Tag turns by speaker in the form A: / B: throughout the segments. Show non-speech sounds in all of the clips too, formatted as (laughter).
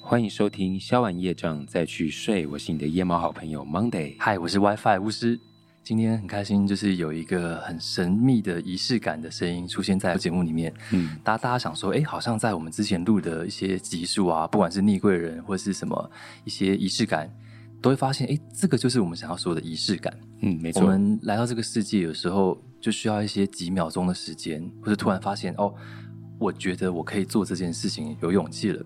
A: 欢迎收听《消完业障再去睡》，我是你的夜猫好朋友 Monday。
B: 嗨，我是 WiFi 巫师。今天很开心，就是有一个很神秘的仪式感的声音出现在节目里面。
A: 嗯，
B: 大家大家想说，哎、好像在我们之前录的一些集数啊，不管是逆贵人或是什么一些仪式感，都会发现，哎、这个就是我们想要说的仪式感。
A: 嗯，没
B: 我
A: 错，
B: 们来到这个世界，有时候就需要一些几秒钟的时间，或者突然发现哦，我觉得我可以做这件事情，有勇气了，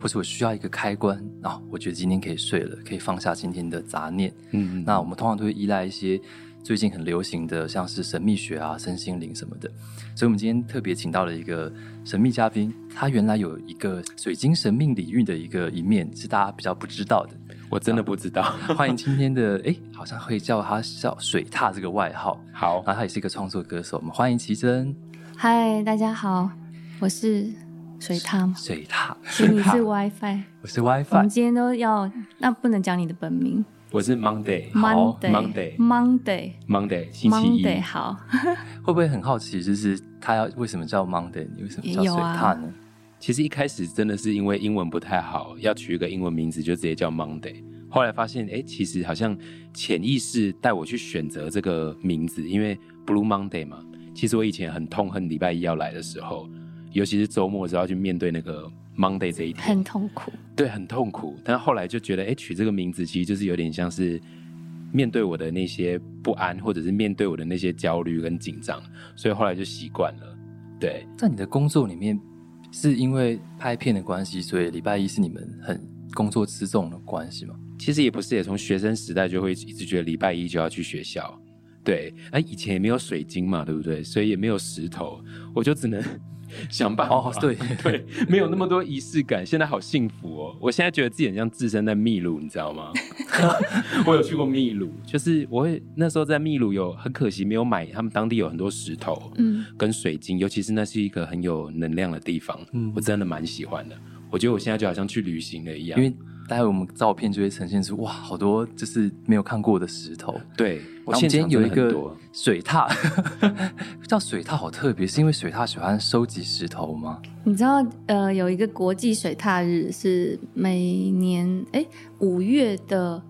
B: 或者我需要一个开关啊、我觉得今天可以睡了，可以放下今天的杂念。
A: 嗯，
B: 那我们通常都会依赖一些最近很流行的，像是神秘学啊、身心灵什么的。所以，我们今天特别请到了一个神秘嘉宾，他原来有一个水晶神命领域的一个一面是大家比较不知道的。
A: 我真的不知道。
B: 欢迎今天的，哎，好像可以叫他叫水獭这个外号。
A: (laughs) 好
B: 然，后他也是一个创作歌手，我们欢迎奇珍
C: 嗨，大家好，我是水獭嘛，
B: 水獭。
C: 是你是
B: 水獭
C: WiFi，
B: 我是
C: 我们
B: WiFi。
C: 今天都要，那不能讲你的本名
A: 我是 Monday，好
C: Monday
B: 嗯
C: Monday
A: Monday，Monday，星期一。
C: Monday 好， (laughs)
B: 会不会很好奇，就是他要为什么叫 Monday？你为什么叫
C: 也有
B: 水
C: 啊
B: 獭呢？
A: 其实一开始真的是因为英文不太好，要取一个英文名字就直接叫 Monday。后来发现，哎，其实好像潜意识带我去选择这个名字，因为 Blue Monday 嘛。其实我以前很痛恨礼拜一要来的时候，尤其是周末的时候要去面对那个 Monday 这一天，
C: 很痛苦，
A: 对，很痛苦。但后来就觉得，哎，取这个名字其实就是有点像是面对我的那些不安，或者是面对我的那些焦虑跟紧张，所以后来就习惯了。对，
B: 在你的工作里面，是因为拍片的关系，所以礼拜一是你们很工作吃重的关系吗？
A: 其实也不是，也从学生时代就会一直觉得礼拜一就要去学校。对，哎，以前也没有水晶嘛，对不对？所以也没有石头，我就只能 (laughs) 想办法。
B: 哦，对，
A: (laughs) 对，没有那么多仪式感。现在好幸福哦！我现在觉得自己很像置身在秘鲁，你知道
B: (laughs)
A: 吗？我有去过秘鲁，就是我会那时候在秘鲁有很可惜没有买，他们当地有很多石头
C: 嗯，
A: 跟水晶，尤其是那是一个很有能量的地方，
B: 嗯
A: 我真的蛮喜欢的。我觉得我现在就好像去旅行了一样，
B: 因为待会我们照片就会呈现出哇，好多就是没有看过的石头。
A: 对
B: 我们今天有一
A: 现场真的很
B: 个
A: 多
B: 水獭，叫水獭 (laughs) 好特别，是因为水獭喜欢收集石头吗？
C: 你知道呃有一个国际水獭日是每年哎五月的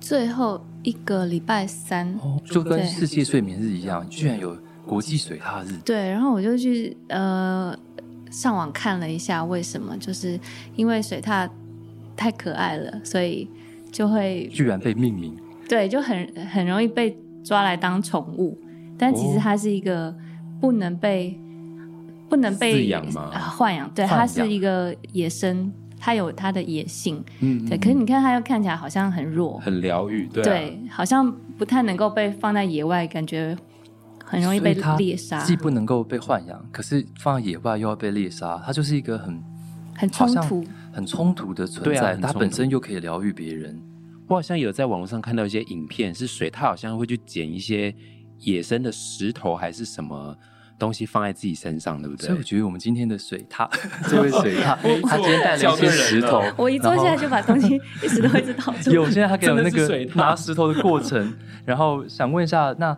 C: 最后一个礼拜三，
B: 哦，就跟
C: 对
B: 世界睡眠日一样，居然有国际水獭日。
C: 对，然后我就去呃上网看了一下，为什么？就是因为水獭太可爱了，所以就会
B: 居然被命名，
C: 对就很很容易被抓来当宠物，但其实
B: 哦
C: 它是一个不能被、不能被
A: 饲养吗
C: 啊豢养，对，
B: 豢
C: 它
B: 养
C: 是一个野生，它有它的野性，
A: 嗯，
C: 对。可是你看它又看起来好像很弱，
A: 很疗愈，对、啊、
C: 对，好像不太能够被放在野外，感觉很容易被
B: 所以它
C: 猎杀，
B: 既不能够被豢养，可是放在野外又要被猎杀，它就是一个很
C: 很
B: 好
C: 冲
B: 像
C: 突。
B: 很冲突的存
A: 对啊
B: 在。
A: 很
B: 它
A: 冲
B: 本
A: 突
B: 身又可以疗愈别人，
A: 我好像有在网络上看到一些影片，是水獭好像会去捡一些野生的石头还是什么东西放在自己身上，对不
B: 所以我
A: 对？
B: 觉得我们今天的水獭， (laughs) 这位水獭，他今天带了
A: 叫
B: 一
A: 对
B: 些
A: 人
B: 石头
A: 了，
C: 我一坐下来就把东西 (laughs) 一直都一直倒出。
B: 有，现在他给我那
A: 真的是
B: 个
A: 水獭
B: 拿石头的过程， (laughs) 然后想问一下，那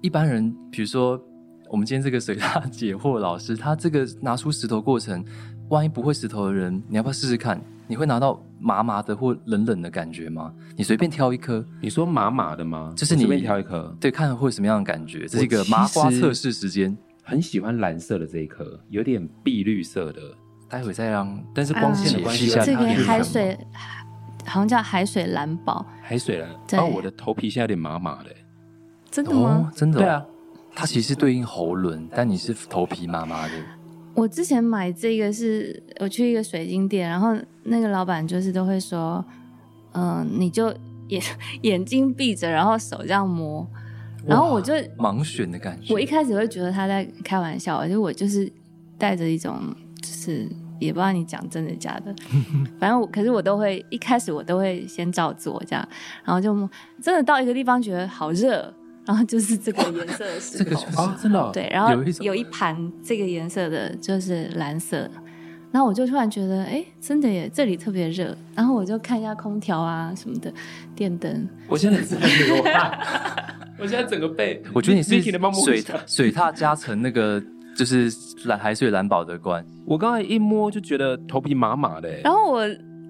B: 一般人，比如说我们今天这个水獭解惑老师，他这个拿出石头过程，万一不会石头的人，你要不要试试看？你会拿到麻麻的或冷冷的感觉吗？你随便挑一颗，
A: 你说麻麻的吗？
B: 就是
A: 我
B: 你
A: 随便挑一颗，
B: 对，看会有什么样的感觉？这是一
A: 我
B: 个
A: 其
B: 麻瓜
A: 实
B: 测试时间，
A: 很喜欢蓝色的这一颗，有点碧绿色的，
B: 待会再让
A: 但是光线的
C: 嗯
A: 关
B: 解
A: 系
B: 释一下
A: 有
C: 这
A: 点
C: 个
A: 偏蓝
C: 海
B: 哦
C: 水好像叫海水蓝宝，
A: 海水蓝。
C: 对
A: 哦，我的头皮现在有点麻麻的。欸
C: 真的
B: 哦
C: 吗？，
B: 真的、
A: 对啊，，
B: 它其实是对应喉轮，但你是头皮麻麻的。
C: 我之前买这个是我去一个水晶店，然后那个老板就是都会说，嗯、你就眼 (laughs) 眼睛闭着，然后手这样摸，然后我就
B: 哇盲选的感觉。
C: 我一开始会觉得他在开玩笑，而且我就是带着一种就是也不知道你讲真的假的， (laughs) 反正我可是我都会一开始我都会先照做这样，然后就摸真的到一个地方觉得好热，然后就是这个颜色的石
B: 这
C: 头，
B: 个啊就是、
A: 哦，真的哦、
C: 对，然后
B: 有一种
C: 有一盘这个颜色的就是蓝色。然后我就突然觉得，哎，真的耶，这里特别热。然后我就看一下空调啊什么的，电灯，
A: 我现在是很流 (laughs) 汗，我现在整个被，
B: 我觉得你是
A: Vicky 能帮我摸一
B: 水
A: 下
B: 水獭加成那个就是蓝海水蓝宝的关，
A: 我刚才一摸就觉得头皮麻麻的。欸
C: 然后我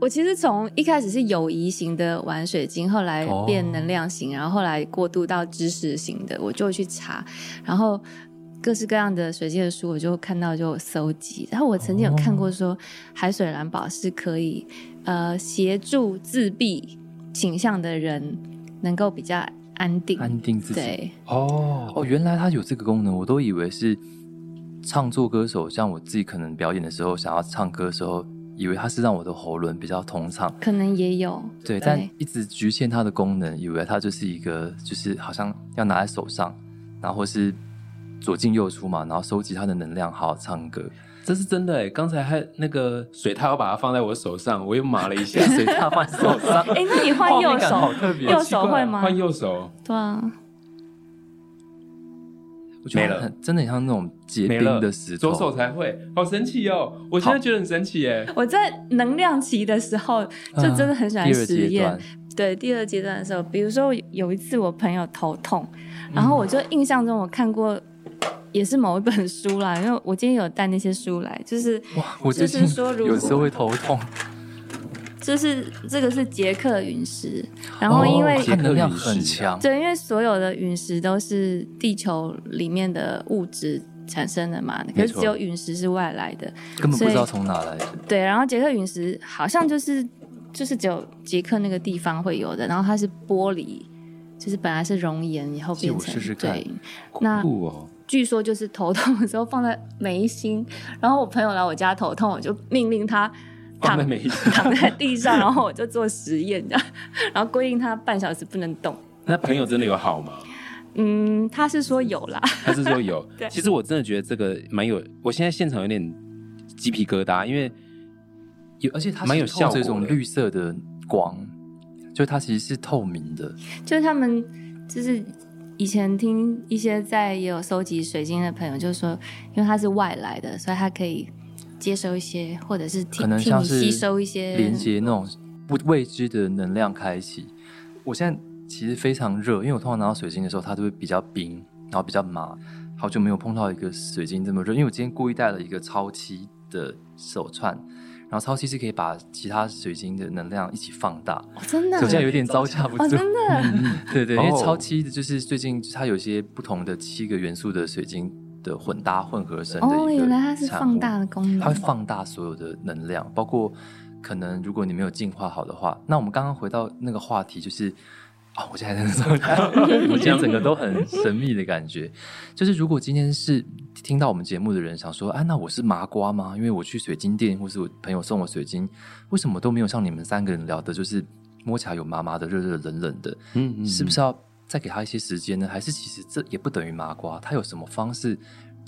C: 我其实从一开始是友谊型的玩水晶，后来
B: 哦
C: 变能量型，然后后来过渡到知识型的，我就会去查，然后各式各样的水晶的书，我就看到就搜集。然后我曾经有看过说，海水蓝宝是可以呃协助自闭倾向的人能够比较安定，
B: 安定自己。
C: 对，
A: 哦，
B: 哦，原来它有这个功能，我都以为是唱作歌手，像我自己可能表演的时候想要唱歌的时候，以为它是让我的喉咙比较通畅。
C: 可能也有
B: (laughs) 对，但一直局限它的功能，以为它就是一个，就是好像要拿在手上，然后或是左进右出嘛，然后收集它的能量，好好唱
C: (laughs)
B: 歌。
A: 这是真的哎！刚才还那个水獭，我把它放在我手上，我又麻了一
C: (laughs)
A: 下。
B: 所以它放在手上，
C: 哎、那你换
B: 画面
C: 右
B: 感
C: 手
B: 好，特别，
C: 右手会吗？
A: 换右手，
C: 对啊，
B: (laughs) 我觉得它
A: 没了
B: 很真的很像那种结
A: 没
B: 冰
A: 了
B: 的石头，
A: 左手才会，好神奇哦！我现在觉得很神奇
C: (laughs)
A: 哎。
C: 我在能量期的时候，就真的很喜
B: 嗯
C: 欢
B: 第二阶
C: 实验。
B: 段
C: 对，第二阶段的时候，比如说有一次我朋友头痛，然后
B: 嗯
C: 我就印象中我看过。也是某一本书啦，因为我今天有带那些书来，就是
B: 哇，我最
C: 就是
B: 近
C: 说如
B: 有时候
C: 果
B: 会头痛，
C: 就是这个是捷克陨石， (laughs) 然后因为、
A: 哦
B: 它能量很强，
C: 对，因为所有的陨石都是地球里面的物质产生的嘛，可
A: 没
C: 是
A: 错
C: 只有陨石是外来的，
B: 根本不
C: 所以
B: 知道从哪来的。
C: 对，然后捷克陨石好像就是就是只有捷克那个地方会有的，然后它是玻璃，就是本来是熔岩，然后
B: 借
C: 变
B: 我
C: 成
B: 试试看
C: 对。那
A: 酷哦，
C: 据说就是头痛的时候放在眉心，然后我朋友来我家头痛，我就命令他
A: 放
C: 躺
A: 在眉心
C: (laughs) 躺在地上，然后我就做实验这样， (laughs) 然后规定他半小时不能动。
A: (laughs) 那朋友真的有好
C: (laughs)
A: 吗？
C: 嗯，他是说有啦， (laughs)
A: 他是说有
C: 对。
A: 其实我真的觉得这个蛮有，我现在现场有点鸡皮疙瘩，因为有
B: 而且它
A: 蛮有
B: 是透
A: 效果
B: 这
A: 的
B: 种绿色的光，就它其实是透明的。
C: 就是他们就是以前听一些在也有收集水晶的朋友，就是说，因为它是外来的，所以它可以接收一些，或者是
B: 可
C: 听
B: 能
C: 听
B: 像
C: 你
B: 是
C: 吸收一些
B: 连接那种不未知的能量开启。我现在其实非常热，因为我通常拿到水晶的时候，它都会比较冰，然后比较麻。好久没有碰到一个水晶这么热，因为我今天故意带了一个超七的手串，然后超七是可以把其他水晶的能量一起放大，
C: 哦真的
B: 我现在有点招架不
C: 哦，
B: 住。
C: 真
B: (laughs)
C: 的，
B: 对对，因
A: 哦
B: 为超七的就是最近它有一些不同的七个元素的水晶的混搭混合生的一个
C: 哦，原来它是
B: 产
C: 放
B: 物
C: 大的功
B: 它会
C: 能，
B: 放大所有的能量，包括可能如果你没有进化好的话，那我们刚刚回到那个话题，就是啊、我现在在说，我今天整个都很神秘的感觉。就是如果今天是听到我们节目的人想说，啊，那我是麻瓜吗？因为我去水晶店，或是我朋友送我水晶，为什么都没有像你们三个人聊的，就是摸起来有麻麻的、热热冷冷的？
A: 嗯
B: 是不是要再给他一些时间呢？还是其实这也不等于麻瓜，他有什么方式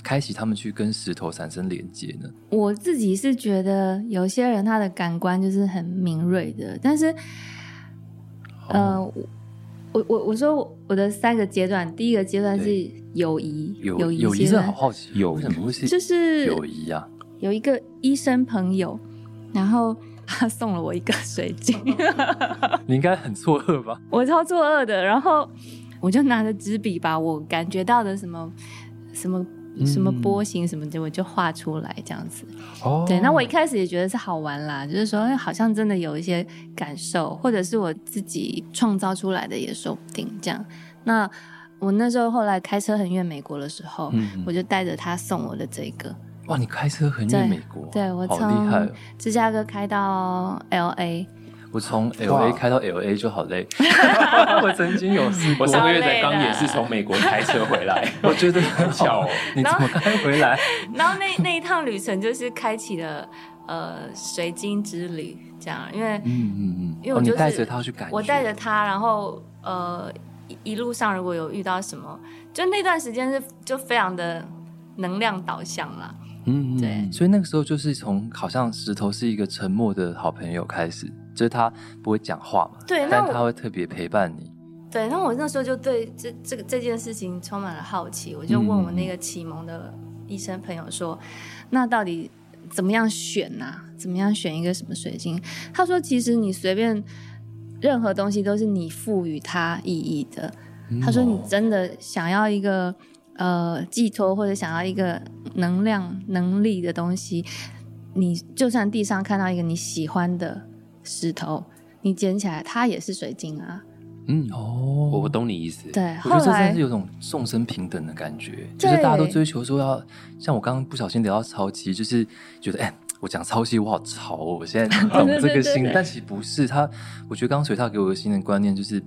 B: 开启他们去跟石头产生连接呢？
C: 我自己是觉得有些人他的感官就是很敏锐的，但是，
B: 哦
C: 呃，我我我我说我的三个阶段，第一个阶段是友谊，
B: 友
C: 谊
B: 友谊
C: 阶
B: 真的
C: 段
B: 好好奇，
A: 友
B: 为什么会是 (laughs)
C: 就是
B: 友谊啊？
C: 有一个医生朋友，然后他送了我一个水晶， (laughs)
B: 你应该很错愕吧？
C: 我超作恶的，然后我就拿着纸笔把我感觉到的什么什么。什
B: 嗯
C: 么波形什么的，我就画出来这样子。
A: 哦
C: 对，那我一开始也觉得是好玩啦，就是说哎好像真的有一些感受，或者是我自己创造出来的也说不定这样。那我那时候后来开车很远美国的时候，
A: 嗯
C: 我就带着他送我的这个，
B: 哇，你开车很远
C: 对
B: 美国，
C: 对我
B: 好
C: 从
B: 厉害哦！
C: 芝加哥开到 L A，
B: 我从 L
A: 哇
B: A 开到 L A 就好累， (laughs) 我曾经有试
A: 我，
B: 过
A: 上个月才
C: 超
A: 刚
C: 累的
A: 也是从美国开车回 (laughs) 来，
B: 我觉得很
A: 巧哦。
B: 你怎么开回来？
C: (laughs) 然后那那一趟旅程就是开启了呃水晶之旅，这样，因为
B: (laughs) 嗯嗯
C: 因为
B: 哦
C: 我
B: 你
C: 就是
B: 带着他去感觉，
C: 我带着他，然后呃一一路上如果有遇到什么，就那段时间是就非常的能量导向啦。
A: (laughs) 嗯
C: 对
B: 所以那个时候就是从好像石头是一个沉默的好朋友开始，就是他不会讲话嘛，
C: 对那
B: 但
C: 我
B: 他会特别陪伴你。
C: 对，那我那时候就对这这个这件事情充满了好奇，我就问我那个启蒙的医生朋友说，那到底怎么样选呐、啊怎么样选一个什么水晶？他说，其实你随便任何东西都是你赋予它意义的。他说，你真的想要一个呃寄托或者想要一个能量能力的东西，你就算地上看到一个你喜欢的。石头，你捡起来它也是水晶啊。
A: 嗯，
B: 哦
A: 我我懂你意思。
C: 对，
B: 我
C: 后
B: 觉得这真
C: 来
B: 的是有种众生平等的感觉，就是大家都追求说要，像我刚刚不小心聊到抄袭，就是觉得哎、我讲抄袭我好潮哦，我现
C: (laughs)
B: 在懂这个
C: 对对对
B: 心
C: 对，
B: 但其实不是。他，我觉得刚刚水獭给我一个新的观念，就是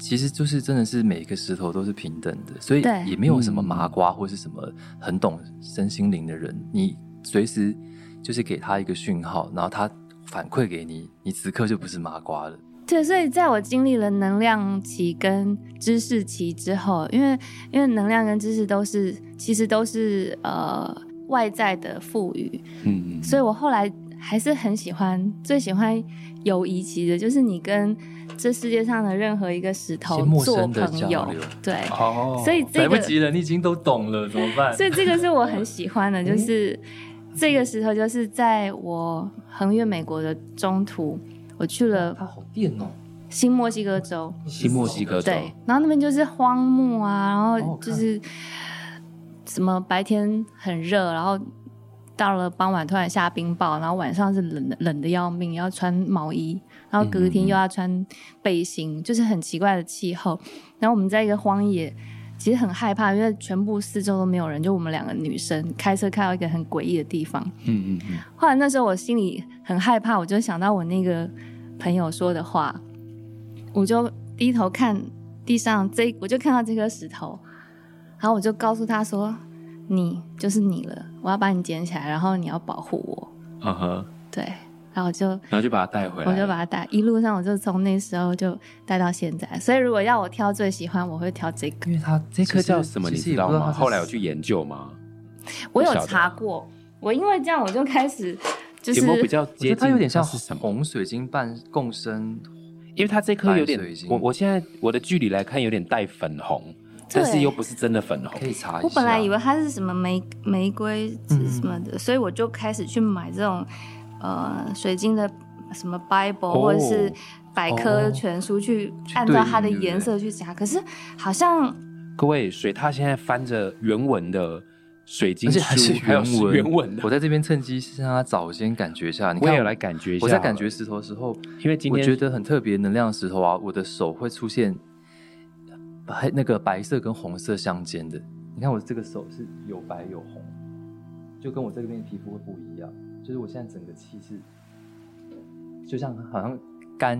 B: 其实就是真的是每一个石头都是平等的，所以
C: 对
B: 也没有什么麻瓜或是什么很懂身心灵的人，你随时就是给他一个讯号，然后他反馈给你，你此刻就不是麻瓜了。
C: 对，所以在我经历了能量期跟知识期之后，因为因为能量跟知识都是其实都是呃外在的赋予，
A: 嗯嗯，
C: 所以我后来还是很喜欢，最喜欢友谊期的，就是你跟这世界上的任何一个石
B: 一些
C: 头
B: 陌
C: 做
B: 生的
C: 朋
B: 交
C: 友
B: 流，
C: 对。
A: 哦
C: 所以这
B: 来不
C: 个
B: 及了，你已经都懂了，怎么办？
C: 所以这个是我很喜欢
B: 嗯
C: 的，就是这个石头，就是在我横越美国的中途，我去了
B: 它好电哦，
C: 新墨西哥州，
A: 新墨西哥州
C: 对，然后那边就是荒漠啊，然
B: 好
A: 哦
B: 好
C: 后
B: 看
C: 就是什么白天很热，然后到了傍晚突然下冰雹，然后晚上是冷的冷的要命，要穿毛衣，然后
A: 嗯
C: 隔天又要穿背心，就是很奇怪的气候。然后我们在一个荒野。其实很害怕，因为全部四周都没有人，就我们两个女生开车开到一个很诡异的地方。
A: 嗯嗯嗯，
C: 后来那时候我心里很害怕，我就想到我那个朋友说的话，我就低头看地上这，我就看到这颗石头，然后我就告诉他说：“你就是你了，我要把你捡起来，然后你要保护我。
A: 嗯哼，”
C: 对，然后我就
A: 然后就把它带回来，
C: 我就把它带一路上，我就从那时候就带到现在。所以如果要我挑最喜欢，我会挑这个。
B: 因为它
A: 这颗叫什么，你知道吗？后来我
B: 去
A: 去研究嘛，
C: 我有
A: 不晓得
C: 查过，我因为这样我就开始就是
A: 有没有比较
B: 我觉
A: 接
B: 得
A: 近？
B: 它有点像
A: 是什么？
B: 红水晶半共生，
A: 因为它这颗有点
B: 白水，晶
A: 我我现在我的距离来看有点带粉红，但是又不是真的粉红
B: 可。以查一下。
C: 我本来以为它是什么玫玫瑰是什么的，
B: 嗯
C: 所以我就开始去买这种呃水晶的什么 Bible、
A: 哦
C: 或者是百科
B: 哦
C: 全书去
B: 去
C: 按照它的
B: 对应对不对
C: 颜色去夹。可是好像
A: 各位，水獭现在翻着原文的水晶
B: 而
A: 书
B: 且，还是
A: 还有
B: 原文，
A: 原文的，
B: 我在这边趁机让他早先感觉一下。你
A: 我
B: 看
A: 也来感觉一下。
B: 我在感觉，石头的时候，
A: 因为今
B: 我
A: 天
B: 觉得很特别能量的石头啊，我的手会出现白那个白色跟红色相间的。你看我这个手是有白有红，就跟我这边的皮肤会不一样。就是我现在整个气是，就像好像肝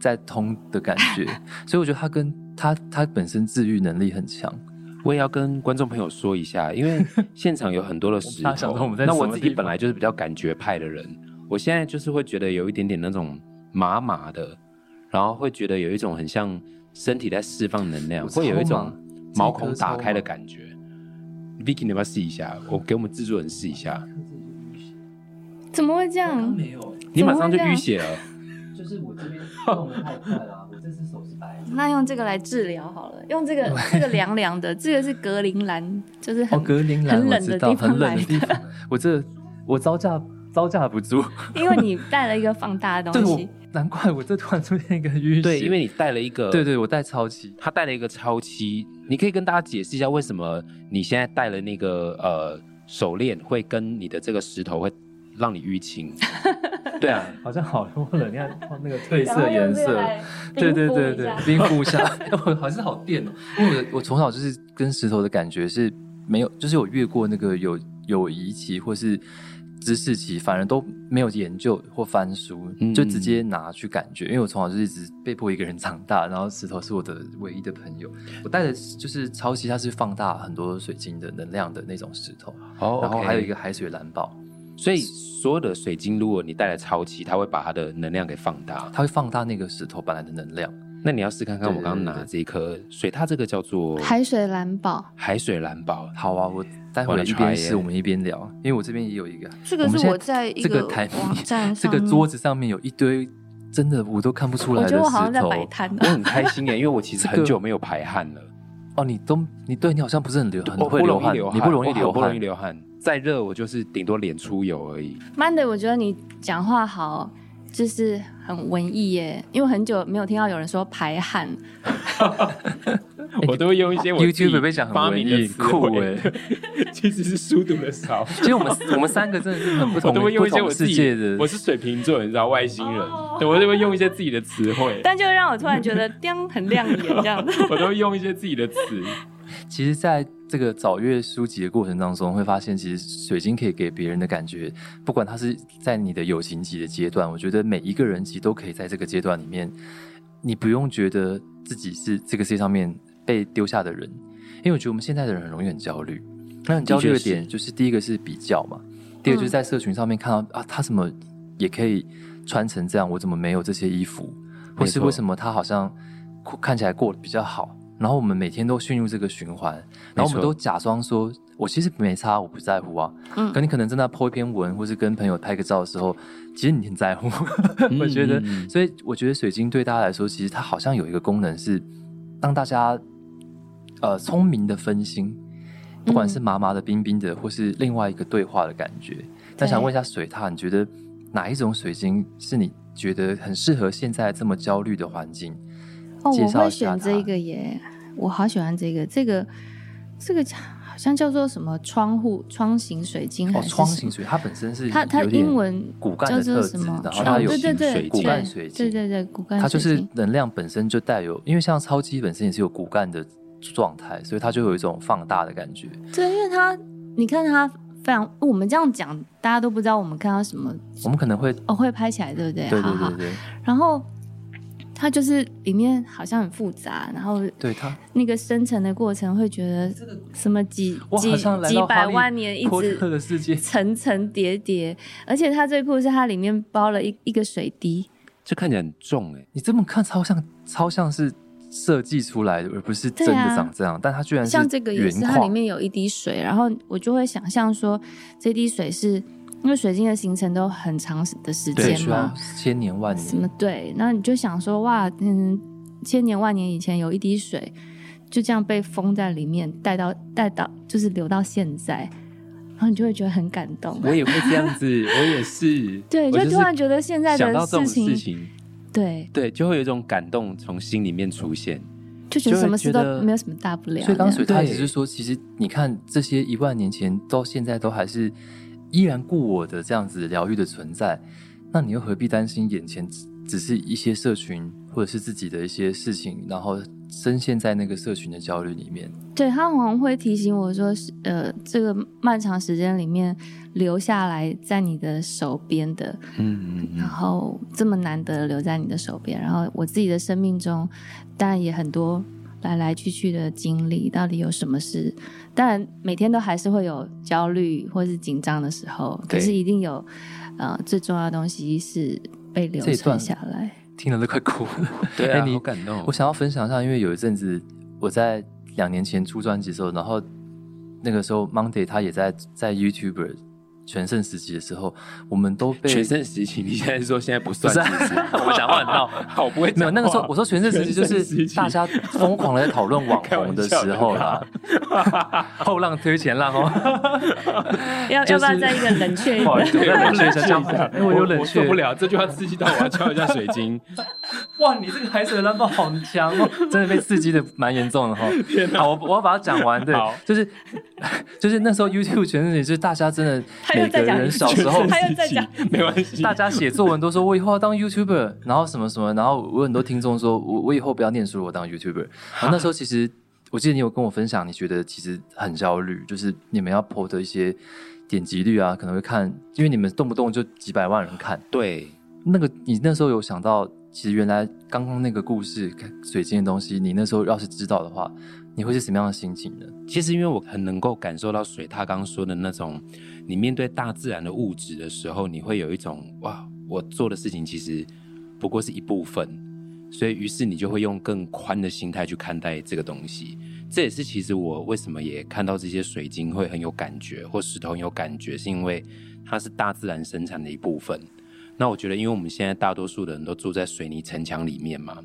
B: 在通的感 (laughs) 觉，所以我觉得它跟它它本身治愈能力很强。
A: 我也要跟观众朋友说一下，因
B: (laughs)
A: 为现场有很多的石
B: 我怕想
A: 头
B: 说我们。在
A: 那
B: 什
A: 我
B: 么
A: 自己
B: 地
A: 本来就是比较感觉派的人，我现在就是会觉得有一点点那种麻麻的，然后会觉得有一种很像身体在释放能量，
B: 我超
A: 会有一种毛
B: 麻这一颗
A: 孔打
B: 超
A: 开的
B: 麻
A: 感觉。Vicky，你要不要试一下？我给我们制作人试一下。
C: 怎么会这样？
B: 没有，
A: 你马上就
C: 怎么
A: 淤
C: 会这样
A: 血了，
B: 就是我这边动的太快了，啊我这只手是白的。
C: 那用这个来治疗好了，用这
B: (laughs)
C: 个这个凉凉的，这个是格陵兰，就是
B: 哦，
C: 很、
B: 格陵兰
C: 很
B: 我
C: 冷
B: 知
C: 的
B: 道，
C: 地方
B: 很冷
C: 来
B: 的地方。我这我招架招架不住，
C: 因为你带了一个放大的
B: 对
C: 东
B: 我
C: 西，
B: 难怪我这突然出现一个淤血。
A: 对，因为你带了一个，
B: 对对，我带超期，
A: 他带了一个超期，你可以跟大家解释一下为什么你现在戴了那个呃手链会跟你的这个石头会让你淤
C: (laughs)
A: 青？对
B: (laughs)
A: 啊，
B: 好像好多了。你看那个褪
C: 然后
B: 色颜
C: 用这个
B: 色，
C: 来
B: 对对
C: 冰敷
B: 对
C: 一
B: 对
C: 下，
B: 冰敷一
C: (laughs)
B: 下，哎我好像好电哦。因为我的我从小就是跟石头的感觉是没有，就是有越过那个有友谊期或是知识期，反而都没有研究或翻书，
A: 嗯
B: 就直接拿去感觉。因为我从小就是一直被迫一个人长大，然后石头是我的唯一的朋友。我带的就是超级，它是放大很多水晶的能量的那种石头，
A: 哦
B: 然后还有一
A: 个，
B: 个海水蓝宝。
A: 所以所有的水晶，如果你带了超期，它会把它的能量给放大。
B: 它会放大那个石头本来的能量，
A: 那你要试看看我
B: 对对
A: 刚刚
B: 对
A: 拿
B: 对
A: 这一颗水獭，这个叫做
C: 海水蓝宝，
A: 海水蓝宝，
B: 好啊，我待会
A: 我
B: 儿
A: 来
B: 一
A: try
B: 边
A: 耶
B: 试，我们一边聊，因为我这边也有一个。
C: 这个
B: 们
C: 是
B: 现
C: 我在一
B: 这个
C: 个
B: 台面
C: 网站
B: 这
C: 上
B: 个
C: 面，
B: 桌子上面有一堆真的我都看不出来
C: 我
B: 的石
C: 觉
B: 头。
C: 得我好像在摆摊
A: 我
C: 呢。
A: 很开心耶，因为我其实
B: 这个
A: 很久没有排汗了，
B: 哦，你都你对你好像不是很流，很
A: 我
B: 会
A: 不容易
B: 汗，
A: 流汗，
B: 你不容易
A: 我很
B: 流
A: 不容易
B: 汗。
A: 流汗。再热我就是顶多脸出油而已。
C: Monday，我觉得你讲话好，就是很文艺耶，因为我很久没有听到有人说排汗，
A: (laughs) 我都会用一些我
B: YouTube 被讲很
A: 发
B: 文
A: 明的
B: 艺
A: 词
B: 酷
A: 汇，
B: 哎。
A: (laughs) 其实是书读的少。
B: 其实我们我们三个真的是很
A: (laughs)
B: 不
A: 我
B: 同
A: 都会用
B: 不
A: 一些我
B: 同
A: 自
B: 世
A: 己
B: 界，的
A: 我。是水瓶座，你知道外星人
C: 哦，
A: 对我都会用一些自己的词
C: (laughs)
A: 汇，
C: 但就让我突然觉得 (laughs) 叮很亮眼这样子。
A: 我都会用一些自己的词。
B: 其实，在这个找阅书籍的过程当中，会发现其实水晶可以给别人的感觉，不管他是在你的友情级的阶段，我觉得每一个人其实都可以在这个阶段里面，你不用觉得自己是这个世界上面被丢下的人，因为我觉得我们现在的人很容易很焦虑。那很焦虑
A: 的
B: 的
A: 确
B: 点就是第一个是比较嘛，第二个就是在社群上面看到、啊，他怎么也可以穿成这样，我怎么没有这些衣服？或是
A: 没错
B: 为什么他好像过看起来过得比较好？然后我们每天都陷入这个循环，然后我
A: 没错
B: 们都假装说，我其实没差，我不在乎啊。
C: 嗯
B: 可你可能正在 po 一篇文，或是跟朋友拍个照的
A: (laughs)
B: 时候， (laughs) 其实你很在乎。我觉得，
A: 嗯
B: 所以我觉得水晶对大家来说，其实它好像有一个功能是，让大家呃聪明的分心，不管是麻麻的、冰冰的，或是另外一个对话的感觉。那想问一下水獭，你觉得哪一种水晶是你觉得很适合现在这么焦虑的环境？
C: 哦，
B: 介
C: 我
B: 绍
C: 会
B: 一下
C: 选
B: 它
C: 这个耶，我好喜欢这个，这个这个好像叫做什么窗户窗形水晶
B: 哦
C: 嗯还，是
B: 窗
C: 什
B: 形
C: 么
B: 水，它本身是
C: 它它
B: 有点
C: 英文
B: 骨干
C: 叫
B: 的
C: 做
B: 特
C: 什
B: 质，
C: 么
B: 然？后它有
C: 对对对，
A: 骨
B: 干水晶
C: 对对对，骨干
B: 它就
C: 水
B: 是
C: 晶。
B: 能量本身就带有，因为像超基本身也是有骨干的状态，所以它就有一种放大的感觉。
C: 对，因为它你看它非常，我们这样讲，大家都不知道我们看到什么
B: 我们可能会
C: 哦，会拍起来，对不对？
B: 对对
C: 好好
B: 对。对
C: 然后它就是里面好像很复杂，然后
B: 对它
C: 那个生成的过程会觉得什么几
B: 我
C: 几
B: 好像来
C: 几
B: 到哈
C: 百
B: 利
C: 万年一
B: 波
C: 直
B: 特的世界，
C: 层层叠叠，而且它最酷的是它里面包了一一个水滴，
A: 这看起来很重哎，
B: 你这么看超像超像是设计出来的，而不是真
C: 对啊
B: 的长这样，但它居然是
C: 像这个也
B: 原
C: 是，它里
B: 矿，
C: 面有一滴水，然后我就会想象说这滴水是因为水晶的形成都很长的时
B: 对，啊
C: 间
B: 需要
C: 嘛，
B: 千年万
C: 什
B: 年，
C: 么对，那你就想说哇，嗯，千年万年以前有一滴水就这样被封在里面，带到带到就是流到现在，然后你就会觉得很感动。啊
A: 我也会这样 (laughs) 子，我也是，
C: 对，
A: 我
C: 就是突然觉得现在
A: 想
C: 的
A: 到这种
C: 事情，
A: 事情，
C: 对，
A: 对，就会有一种感动从心里面出现。
C: 就觉
B: 就
C: 得
B: 会
C: 什么
B: 觉
C: 事都
B: 得
C: 没有什么大不了的。
B: 所以刚刚水
A: 对
B: 獭只是说，其实你看这些一万年前到现在都还是依然故我的这样子疗愈的存在，那你又何必担心眼前只只是一些社群或者是自己的一些事情，然后深陷在那个社群的焦虑里面？
C: 对他好像会提醒我说，是呃，这个漫长时间里面留下来在你的手边的，
A: 嗯嗯
C: 然
A: 嗯，
C: 后这么难得留在你的手边，然后我自己的生命中，当然也很多来来去去的经历，到底有什么事？当然每天都还是会有焦虑或是紧张的时候，可
A: 对
C: 是一定有呃最重要的东西是被留
B: 这一
C: 存
B: 段
C: 下来。
B: 听了都快哭了。
A: 对啊，
B: 哎你
A: 好感动
B: (laughs) 我。想要分享一下，因为有一阵子我在两年前出专辑的时候，然后那个时候 Monday 他也在在 YouTuber 全盛时期的时候，我们都被
A: 全盛时期，你现在说现在不啊算，
B: 不是
A: 其实
B: 我讲话很闹
A: 好，我不会讲话
B: 没有，那个时候我说全盛时期就
A: 全盛时
B: 是
A: 期
B: 大家疯狂的在讨论网红的时候啦，后浪推前浪哦。
C: 要、
B: 就是
C: 要不要再一个
B: (laughs)
C: 冷却一
B: 不好意思，
C: 点？
B: 我有冷却一下，这样我有冷却
A: 受不。了这句话刺激到我，要敲一下水
B: (laughs)
A: 晶。
B: 哇，你这个海水的蓝宝好强哦，真的被刺激的蛮严重的哈、哦。好，我我要把它讲完，对
A: 好，
B: 就是 (laughs) 就是那时候 YouTube 全盛时期，就是大家真的
C: 他又
B: 每
C: 在
B: 个
C: 讲
B: 人小时候
C: 全盛时期他又在讲，
A: 没关系，
B: (laughs) 大家写作文都说我以后要当 YouTuber，然后什么什么，然后我有很多听众说我我以后不要念书，我当 YouTuber。然后那时候其实我记得你有跟我分享，你觉得其实很焦虑，就是你们要 PO 的一些点击率啊，可能会看，因为你们动不动就几百万人看。
A: 对，
B: 那个你那时候有想到，其实原来刚刚那个故事水晶的东西，你那时候要是知道的话，你会是什么样的心情呢？
A: 其实因为我很能够感受到水獭刚说的那种，你面对大自然的物质的时候，你会有一种哇，我做的事情其实不过是一部分，所以于是你就会用更宽的心态去看待这个东西。这也是其实我为什么也看到这些水晶会很有感觉，或石头很有感觉，是因为它是大自然生产的一部分。那我觉得，因为我们现在大多数的人都住在水泥城墙里面嘛，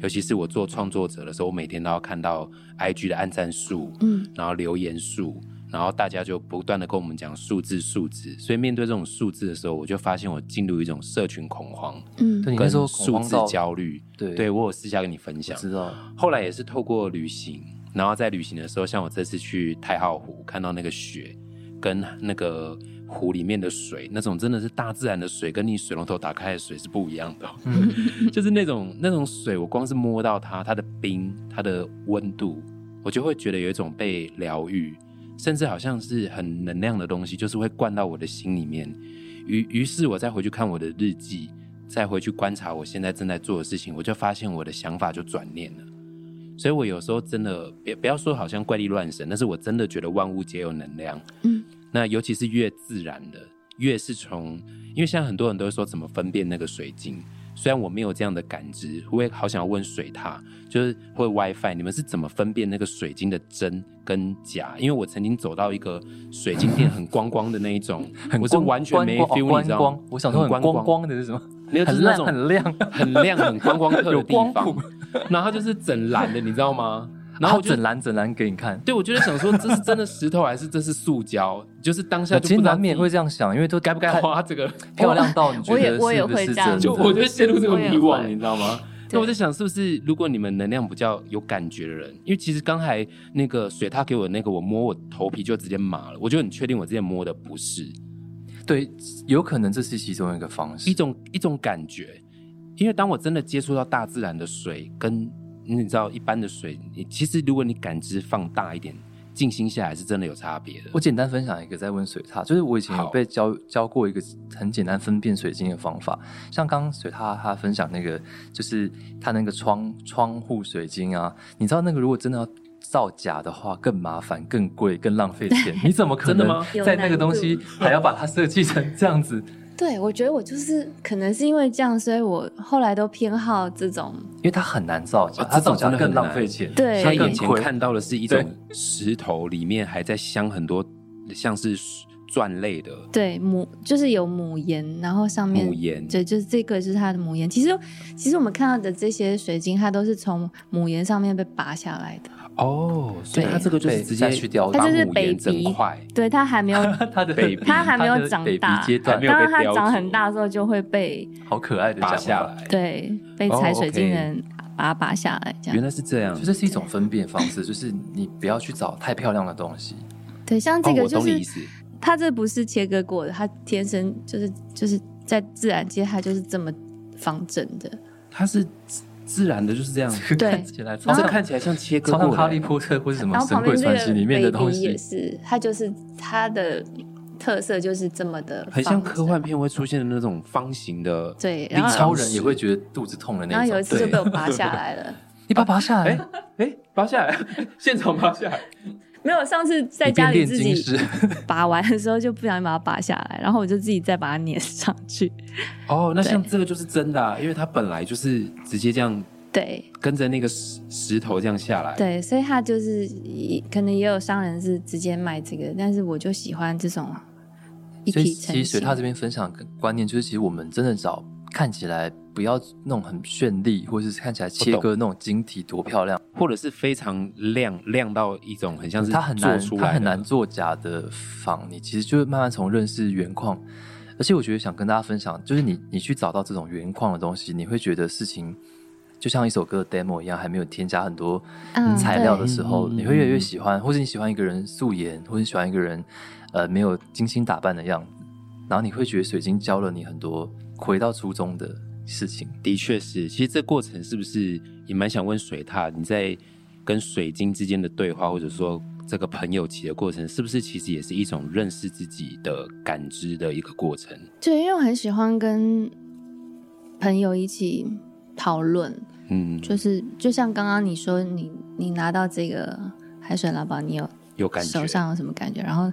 A: 尤其是我做创作者的时候，我每天都要看到 IG 的按赞数，
C: 嗯，
A: 然后留言数，然后大家就不断的跟我们讲数字数字，所以面对这种数字的时候，我就发现我进入一种社群恐慌，
C: 嗯
B: 对你那
A: 跟
B: 时候恐
A: 数
B: 慌
A: 字
B: 到
A: 焦虑。
B: 对
A: 对我有私下跟你分享
B: 知，道
A: 后来也是透过旅行，然后在旅行的时候，像我这次去太浩湖，看到那个雪跟那个湖里面的水，那种真的是大自然的水，跟你水龙头打开的水是不一样的哦、 (laughs) 就是那种那种水，我光是摸到它，它的冰，它的温度，我就会觉得有一种被疗愈，甚至好像是很能量的东西，就是会灌到我的心里面。于于是我再回去看我的日记，再回去观察我现在正在做的事情，我就发现我的想法就转念了。所以我有时候真的别不要说好像怪力乱神，但是我真的觉得万物皆有能量。
C: 嗯，
A: 那尤其是越自然的，越是从，因为现在很多人都会说怎么分辨那个水晶。虽然我没有这样的感知，我也好想要问水獭，就是会 WiFi，你们是怎么分辨那个水晶的真跟假？因为我曾经走到一个水晶店，很光光的那一
B: (laughs)
A: 种，我是
B: 光
A: 完全
B: 光
A: 没
B: 光
A: feel，你知
B: 光
A: 道吗
B: 光？我想说很
A: 光
B: 光光的是什么？
A: 没有就是
B: (laughs) 很
A: 那
B: 亮
A: 种
B: 很亮，
A: 很亮、很观光客的
B: 有
A: 地
B: 光
A: 方啊
B: 谱，
A: (laughs) 然后它就是整蓝的，你知道吗？然
B: 然
A: 后我
B: 后
A: 就
B: 整篮整篮给你看。
A: 对我就在想说，这是真的石头还是这是塑胶？就是当下
B: 我
A: 就
B: 其实
A: 不知道
B: 难
A: 自
B: 免
A: 己
B: 会这样想，因为都
A: 该不该
B: 太
A: 花这个，
B: 漂亮到你觉
C: 我也
B: 得
C: 我也
B: 是不
C: 会
B: 是
C: 这样
B: 真
C: 子
A: 就我就
B: 的？
A: 陷入这个迷
C: 我也
A: 惘，
C: 会
A: 你知道吗？
C: 对
A: 那我在想，是不是如果你们能量比较有感觉的人，因为其实刚才那个水獭给我那个，我摸我头皮就直接麻了，我就很确定我之前摸的不是
B: 对，有可能这是其中一个方式
A: 一。种一种感觉，因为当我真的接触到大自然的水，跟你知道一般的水，你其实如果你感知放大一点，静心下来是真的有差别的。
B: 我简单分享一个在问水獭，就是我以前有
A: 好
B: 被教教过一个很简单分辨水晶的方法，像刚刚水獭他分享那个，就是他那个窗窗户水晶啊，你知道那个如果真的要造假的话，更麻烦、更贵、更浪费钱，
A: (laughs)
B: 你怎么可
A: 真的
B: 能
A: 吗
B: 在那个东西还要把它设计成这样子？
C: 对，我觉得我就是可能是因为这样，所以我后来都偏好这种。
B: 因为它很难造假，
A: 哦
B: 它
A: 这种
B: 造假
A: 真的很
B: 更浪
A: 难
B: 费钱，
C: 对
A: 他
B: 它
A: 眼
B: 更
A: 前
B: 亏。
A: 看到的是一种
B: 对
A: 石头，里面还在镶很多像是钻类的
C: 对母就是有母岩，然后上面
A: 母岩
C: 对，就是这个就是它的母岩。其实其实我们看到的这些水晶，它都是从母岩上面被拔下来的。
A: 哦，所以
C: 对
A: 它这个就是
B: 被
A: 直接
B: 再去雕
A: 把
C: 它就是
A: 母岩
C: baby
A: 整块，
C: 对，它还
A: (laughs)
C: 没有，
B: 它的
A: baby
C: 它还没有长大
B: baby 阶段
A: 还没有
C: 当然
A: 被
C: 它
A: 雕
C: 长
A: 琢
C: 很大之后就会被
B: 好可爱的
A: 拔
B: 讲
A: 下
B: 法。
A: 来。
C: 对被
A: 哦
C: 采水晶
A: OK
C: 的人把它拔下来，这
A: 原
C: 样。
A: 来是这样
B: 就，这是一种分辨方式，就是你不要去找太漂亮的东西，
C: 对，像这
A: 哦，
C: 个
A: 我
C: 就
A: 懂你
C: 是
A: 意思。
C: 它这不是切割过的，它天生就是就是在自然界它就是这么方正的。
A: 它是自自然的，就是这样。
C: 对
B: 看起来超
A: 这
C: 然后
B: 像
A: 看起来像切割
B: 超像
A: 过
B: 哈利
A: 的，
B: 波特或是什么
C: 然后
B: 神
C: 旁边
B: 鬼
C: 这个
B: 传奇里面的东
C: baby 也
B: 西。
C: 是，它就是它的特色就是这么的，
A: 很像科幻。片会出现的那种方形的。
C: 对，然
B: 比超
C: 后
B: 人也会觉得肚子痛的
C: 然后
B: 那
C: 有一
B: 种，
C: 次就被
B: 对，
C: 我拔下来了。
B: 你把它拔下来，
A: 哎，拔下来，现场拔下来。
C: 没有，上次在
B: 你变
C: 家里
B: 炼
C: 自
B: 金
C: 己
B: 师，
C: 拔完的时候就不小心把它拔下来，然后我就自己再把它粘上去。
A: 哦，那像这个就是真的、啊，因为它本来就是直接这样
C: 对
A: 跟着那个石石头这样下来。
C: 对，所以它就是也可能也有商人是直接卖这个，但是我就喜欢这种一
B: 所以
C: 体成
B: 其
C: 型。
B: 实水獭这边分享的观念就是，其实我们真的找看起来不要那种很绚丽，或者是看起来切割那种晶体多漂亮，
A: 或者是非常亮亮到一种很像是
B: 它很
A: 做
B: 难
A: 出，来
B: 它
A: 的
B: 很难做假的仿你，其实就是慢慢从认识原矿。而且我觉得想跟大家分享，就是你你去找到这种原矿的东西，你会觉得事情就像一首歌的 demo 一样，还没有添加很多
C: 嗯
B: 材料的时候，
A: 对
B: 你会越来越喜欢，或者你喜欢一个人素颜，或者你喜欢一个人呃没有精心打扮的样子，然后你会觉得水晶教了你很多回到初衷的事情。
A: 的确是，其实这过程是不是也蛮想问水獭，你在跟水晶之间的对话，或者说这个朋友期的过程，是不是其实也是一种认识自己的感知的一个过程？
C: 对，因为我很喜欢跟朋友一起讨论，
A: 嗯，
C: 就是就像刚刚你说，你你拿到这个海水蓝宝，你有
A: 有感觉
C: 手。上有什么感觉？然后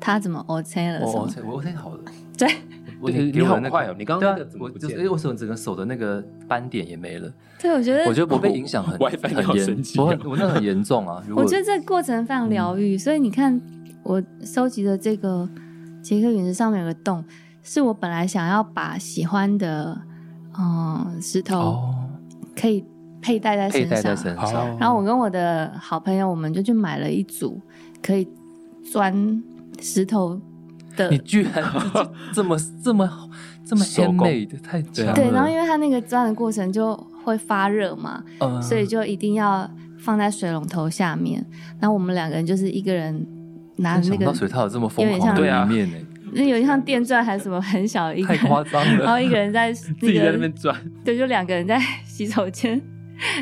C: 他怎么 OK 了什
B: 我
C: 么
B: 我？我太好了，
C: (laughs) 对， (laughs)
B: 我
A: 对
B: 给
A: 你
B: 我
A: 好
B: 那个
A: 快哦你刚刚
B: 对啊
A: 那个怎么
B: 我
A: 不
B: 就是
A: 见
B: 哎，为什么整个手的那个斑点也没了？
C: 对，我觉得
B: 我觉得我被影响很
A: (laughs) WiFi 你好
B: 很严
A: 神，奇哦
B: 我很我嗯那很严重啊！如果
C: 我觉得这个过程非常疗愈，所以你看，我收集的这个杰克陨石上面有个洞，是我本来想要把喜欢的嗯石头
B: 哦，
C: 可以佩戴在
B: 佩
C: 身
B: 戴在
C: 上，
B: 身
A: 好
B: 上，
C: 然后我跟我的好朋友，我们就去买了一组可以钻石头的
B: 你，居然自
A: (laughs)
B: 己这么这么这么
A: 手工啊
B: handmade，太强了。
C: 对，然后因为它那个钻的过程就会发热嘛，
B: 嗯
C: 所以就一定要放在水龙头下面，那我们两个人就是一个人拿着
B: 想
C: 那
B: 不到
C: 个，
B: 水獭有这么疯
C: 有点
B: 狂
C: 像
B: 的
A: 对啊
B: 一面呢，
C: 那有点像电钻还是什么很小的一个哦
B: 太
C: 人，
B: 夸张
C: (laughs) 然后
B: 了。
C: 一个人在
A: 自
C: 那
A: 己在那
C: 个
A: 边转，
C: 对，就两个人在洗手间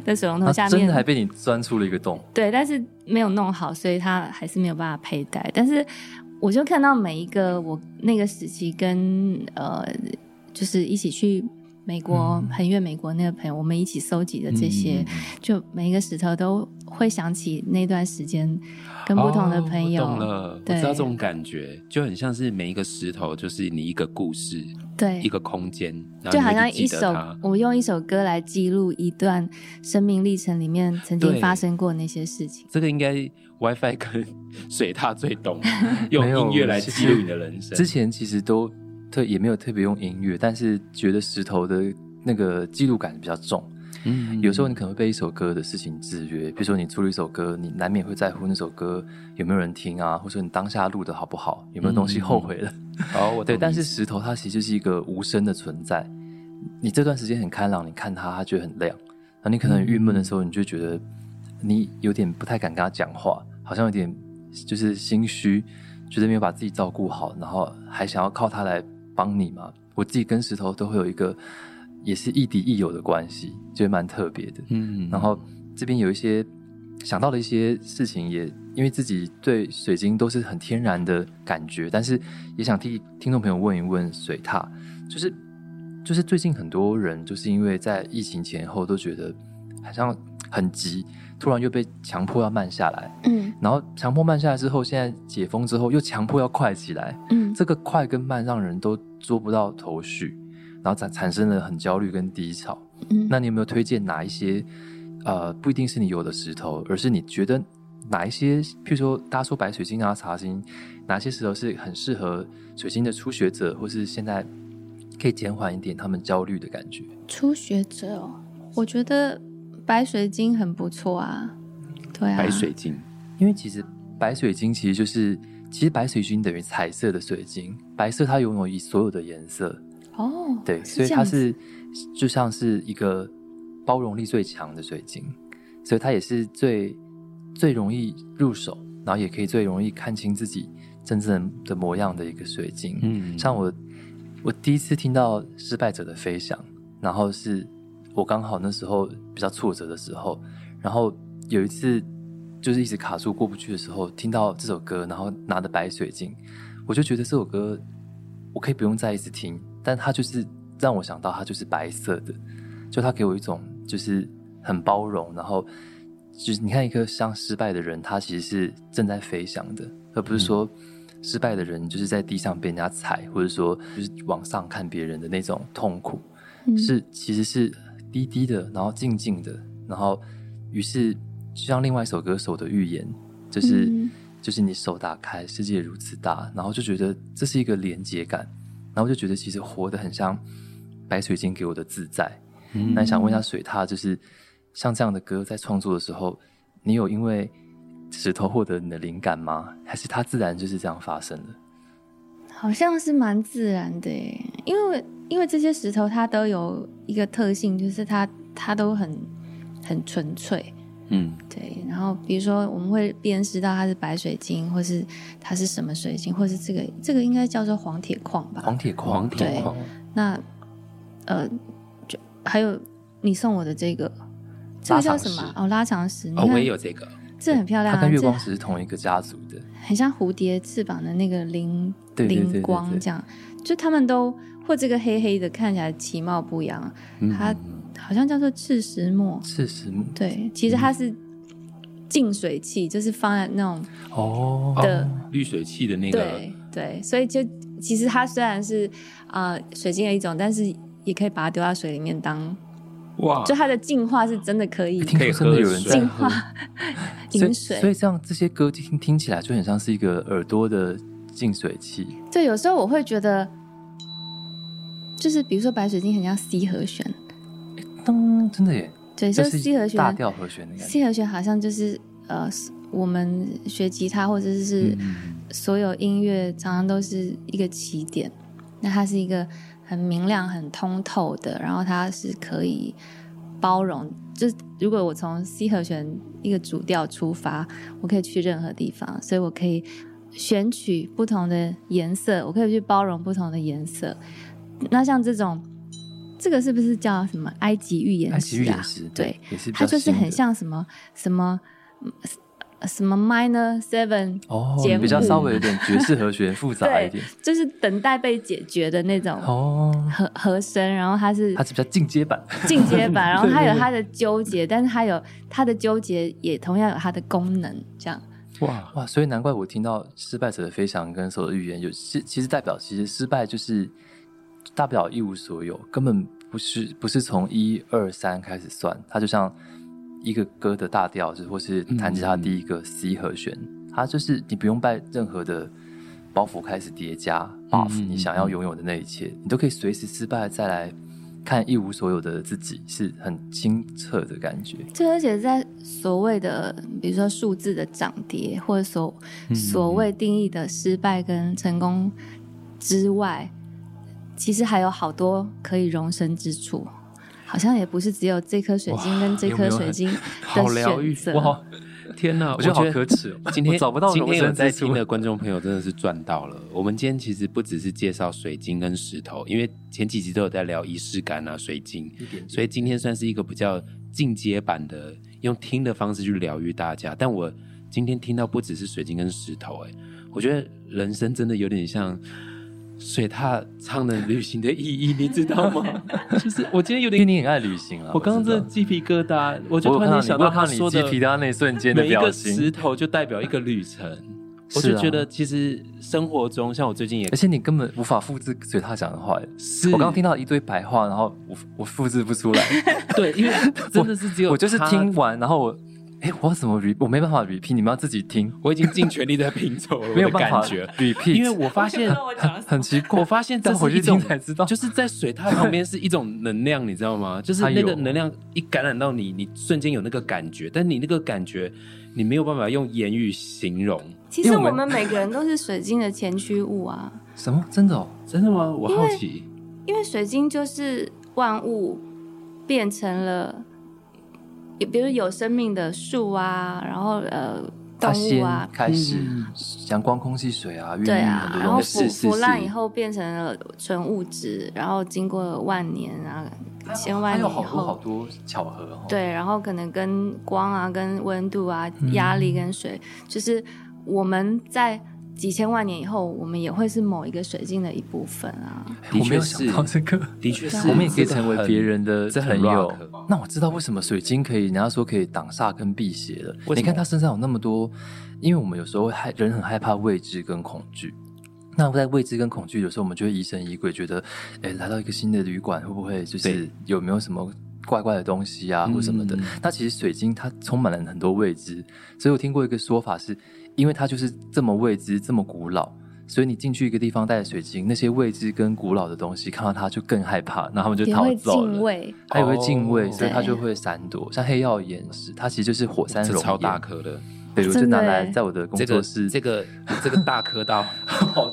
C: 的水龙头下
B: 它啊真
C: 面
B: 的，还被你钻出了一个洞，
C: 对，但是没有弄好，所以他还是没有办法佩戴。但是我就看到每一个我那个时期跟呃，就是一起去美国、
B: 嗯
C: 很远美国那个朋友，我们一起搜集的这些，
B: 嗯
C: 就每一个石头都会想起那段时间跟不同的朋友。
A: 哦我懂了，我
C: 对
A: 知道这种感觉，就很像是每一个石头就是你一个故事，
C: 对
A: 一，个空间，然后
C: 就
A: 你
C: 好
A: 会
C: 像
A: 去
C: 一
A: 记得
C: 首
A: 它，
C: 我用一首歌来记录一段生命历程里面曾经
A: 对
C: 发生过那些事情。
A: 这个应该 WiFi 跟水獭最
C: (laughs)
A: 懂，用
B: 没有
A: 音乐来
B: 其
A: 记
B: 实
A: 录你的人生
B: 之。前其实都特也没有特别用音乐，但是觉得石头的那个记录感比较重。
A: 嗯
B: 有时候你可能会被一首歌的事情制约，比如说你出了一首歌，你难免会在乎那首歌有没有人听啊，或者说你当下录的好不好，有没有东西后悔了。
A: 嗯哦，我懂
B: 对，但
A: 你
B: 是
A: 意思
B: 石头它其实就是一个无声的存在。你这段时间很开朗，你看它，它觉得很亮。然后你可能郁闷的时候，你就觉得你有点不太敢跟它讲话，好像有点就是心虚，觉得没有把自己照顾好，然后还想要靠它来帮你嘛。我自己跟石头都会有一个也是亦敌亦友的关系，觉得蛮特别的。
A: 嗯
B: 然后这边有一些想到的一些事情也，因为自己对水晶都是很天然的感觉，但是也想替听众朋友问一问水獭，就是就是最近很多人就是因为在疫情前后都觉得好像很急，突然又被强迫要慢下来，
C: 嗯
B: 然后强迫慢下来之后，现在解封之后又强迫要快起来，
C: 嗯，
B: 这个快跟慢让人都捉不到头绪，然后产产生了很焦虑跟低潮。
C: 嗯
B: 那你有没有推荐哪一些？呃，不一定是你有的石头，而是你觉得哪一些，譬如说大家说白水晶啊、茶晶，哪些石头是很适合水晶的初学者，或是现在可以减缓一点他们焦虑的感觉？
C: 初学者哦，我觉得白水晶很不错啊，对啊，
A: 白水晶，
B: 因为其实白水晶其实就是，其实白水晶等于彩色的水晶，白色它拥有一所有的颜色，
C: 哦，
B: 对，
C: 是
B: 所以
C: 这
B: 它
C: 样子
B: 是就像是一个包容力最强的水晶，所以它也是最最容易入手，然后也可以最容易看清自己真正的模样的一个水晶。
A: 嗯
B: 像我，我第一次听到《失败者的飞翔》，然后是我刚好那时候比较挫折的时候，然后有一次就是一直卡住过不去的时候，听到这首歌，然后拿着白水晶，我就觉得这首歌我可以不用再一直听，但它就是让我想到它就是白色的，就它给我一种就是很包容，然后就是你看一个像失败的人，他其实是正在飞翔的，而不是说失败的人就是在地上被人家踩，或者说就是往上看别人的那种痛苦，
C: 嗯
B: 是其实是低低的，然后静静的，然后于是就像另外一首歌手的预言，就是、
C: 嗯
B: 就是你手打开，世界如此大，然后就觉得这是一个连接感，然后就觉得其实活得很像白水晶给我的自在。
A: 嗯
B: 那想问一下水獭，就是像这样的歌在创作的时候，你有因为石头获得你的灵感吗？还是它自然就是这样发生的？
C: 好像是蛮自然的耶，因为因为这些石头它都有一个特性，就是它它都很很纯粹，
A: 嗯
C: 对。然后比如说我们会辨识到它是白水晶，或是它是什么水晶，或是这个这个应该叫做黄铁矿吧？
B: 黄铁矿，
A: 黄铁矿
C: 那呃，就还有你送我的这个，这
B: 拉
C: 个叫
B: 长
C: 什么
B: 石
C: 啊？哦，拉长石，你
A: 哦，
C: 看、
A: 我也有这个，
C: 这很漂亮、
B: 它
C: 啊，
B: 跟月
C: 这
B: 光石是同一个家族的。
C: 很像蝴蝶翅膀的那个灵
B: 对对对对
C: 灵光
B: 对
C: 这样，就他们都或这个黑黑的看起来其貌不扬，
A: 嗯
C: 它好像叫做赤石墨，
B: 赤石木
C: 对，其
B: 嗯
C: 实它是净水器，就是放在那种
B: 哦
C: 的
A: 滤水器的那个
C: 对对，所以就其实它虽然是呃水晶的一种，但是也可以把它丢到水里面当，
A: 哇
C: 就它的净化是真的可以
B: 哎听
A: 可以
B: 说真的
A: 喝
B: 有人
A: 水
B: 在
C: 净
B: 喝
C: 化
B: 所以
C: 饮水
B: 所以这样这些歌听听起来就很像是一个耳朵的净水器。
C: 对，有时候我会觉得，就是比如说白水晶很像 C 和弦，
B: 噔，真的耶，
C: 对，
B: 就
C: 就是 C 和
B: 大
C: 弦
B: 调和弦的感觉。
C: ，C 和弦好像就是呃，我们学吉他或者
B: 嗯
C: 是所有音乐常常都是一个起点，那它是一个很明亮、很通透的，然后它是可以包容就是如果我从 C 和弦一个主调出发，我可以去任何地方，所以我可以选取不同的颜色，我可以去包容不同的颜色。那像这种，这个是不是叫什么埃及预言
B: 埃及
C: 诗
B: 语
C: 啊
B: 也？是，
C: 对，
B: 也是比较
C: 它就是
B: 新的
C: 很像什么什么嗯什么 minor seven，
B: 哦
C: 节，目
B: 比较稍微有点爵士和弦复
C: (laughs)
B: 杂一点
C: 就是等待被解决的那种
B: 哦，
C: 和和声，然后它是
B: 它是比较进阶版，
C: 进
B: (laughs)
C: 阶版，然后
B: 对
C: 它
B: 对
C: 有
B: 对
C: 它的纠结，但是它有它的纠结也同样有它的功能，这样
A: 哇，
B: 哇，所以难怪我听到失败者的飞翔跟所有的预言，有其其实代表其实失败就是大不了一无所有，根本不是不是从一二三开始算，它就像一个歌的大调，就是或是弹吉他
A: 嗯嗯
B: 第一个 C 和弦，它就是你不用拜任何的包袱开始叠加 buff，、
A: 嗯嗯
B: 你想要拥有的那一切，你都可以随时失败再来。看一无所有的自己是很清澈的感觉，
C: 这而且在所谓的比如说数字的涨跌，或者所所谓定义的失败跟成功之外，其实还有好多可以容身之处。好像也不是只有这颗水晶跟这
A: 有没
C: 颗
A: 有
C: 水
A: 很
C: 晶
A: 好
C: 的
A: 疗愈
C: 选择，
B: 哇！
A: 天哪，
B: (laughs) 我觉得好
A: 可。
B: 可耻
A: (laughs)
B: 哦，
A: 今天
B: 我找不到
A: 今
B: 容
A: 天有
B: 身
A: 在
B: 之
A: 听
B: 处。
A: 的观众朋友真的是赚到了。我们今天其实不只是介绍水晶跟石头，因为前几集都有在聊仪式感啊、水晶，所以今天算是一个比较进阶版的，用听的方式去疗愈大家。但我今天听到不只是水晶跟石头、欸，我觉得人生真的有点像。水獭唱的《旅行的意义》，你知道 (laughs) 吗？
B: (laughs)
A: 就是我今天有
B: 因为
A: 点，
B: 你很爱旅行啊，
A: 我刚刚
B: 知道
A: 这鸡皮疙瘩，我就
B: 我
A: 突
B: 有看
A: 然
B: 到
A: 间
B: 你，
A: 想到
B: 我有
A: 他
B: 看到你
A: 说
B: 鸡
A: 的
B: 皮疙瘩那一瞬间的
A: 每一
B: 表
A: 个
B: 情
A: 石，头就代表一个旅程。我
B: 是
A: 就
B: 啊
A: 觉得，其实生活中，像我最近也
B: 而且你根本无法复制随他讲的话耶。
A: 是，
B: 我刚刚听到一堆白话，然后我我复制不出来，
A: (laughs) 对，
B: (laughs)
A: 因为真的是只有
B: 我就是
A: 他
B: 听，完，然后我，哎，我要怎么 re？我没办法 repeat，你们要自己听，
A: 我已经尽全力在拼凑了，
B: 没有
A: 我的
B: 办法
A: 感觉，
B: repeat，
A: 因为我发现。
C: 我讲了
B: (laughs) 很奇怪，
A: 我发 (laughs) 现这
B: 但
A: 是
B: 回去
A: 一种
B: 听才知道
A: 就是在
B: (laughs)
A: 水獭旁边是一种能量，你知道吗？就是那
B: 它
A: 个
B: 有
A: 能量一感染到你，你瞬间有那个感觉，但你那个感觉你没有办法用言语形容。
C: 其
B: 因
C: 实
B: 为我
C: 我
B: 们
C: 们每个人都是水晶的前驱物啊。
B: 什么真的哦，
A: 真的吗？我好奇。
C: 因为水晶就是万物变成了，有比如有生命的树啊，然后呃动
B: 它
C: 物
B: 先
C: 啊，
B: 开始
A: 嗯
B: 阳光、空气、水啊，孕育
C: 对
B: 很
C: 啊，
B: 多
C: 然后
B: 东
C: 腐
B: 西，
C: 腐烂以
B: 后，
C: 后变成了纯物质，然后经过万年啊、千万
B: 还有
C: 年以
B: 好多好
C: 后，
B: 多巧合哦。
C: 对，然后可能跟光啊、跟温度啊、
A: 嗯
C: 压力跟水，就是我们在。几千万年以后，我们也会是某一个水晶的一部分啊！
A: 的
B: 我没
A: 确
B: 有想
A: 是，
B: 到这个。
A: 的确是，
B: (laughs) 我们也可以成为别人的
A: 这
B: 朋
A: 很
B: 友
A: rock。
B: 那我知道为什么水晶可以，人家说可以挡煞跟辟邪了。
A: 为什么
B: 你看他身上有那么多，因为我们有时候会害人很害怕未知跟恐惧。那在未知跟恐惧，有时候我们就会疑神疑鬼，觉得，哎，来到一个新的旅馆，会不会就是
A: 对
B: 有没有什么怪怪的东西啊，或什么的
A: 嗯？
B: 那其实水晶它充满了很多未知，所以我听过一个说法是，因为它就是这么未知，这么古老，所以你进去一个地方带着水晶，那些未知跟古老的东西看到它就更害怕，然后他们就
C: 也
B: 逃
C: 会
B: 走
C: 敬
B: 了。
C: 畏，
B: 它也会敬畏，
A: 哦
B: 所以它
C: 对
B: 就会闪躲。像黑曜岩石，它其实就是火山
A: 这
B: 熔
A: 超大
B: 岩。
A: 颗的，
B: 对，我就
C: 真的欸
B: 拿来
C: 耶
B: 在我的工
A: 这
B: 作
A: 个
B: 室。
A: 这个这个大颗到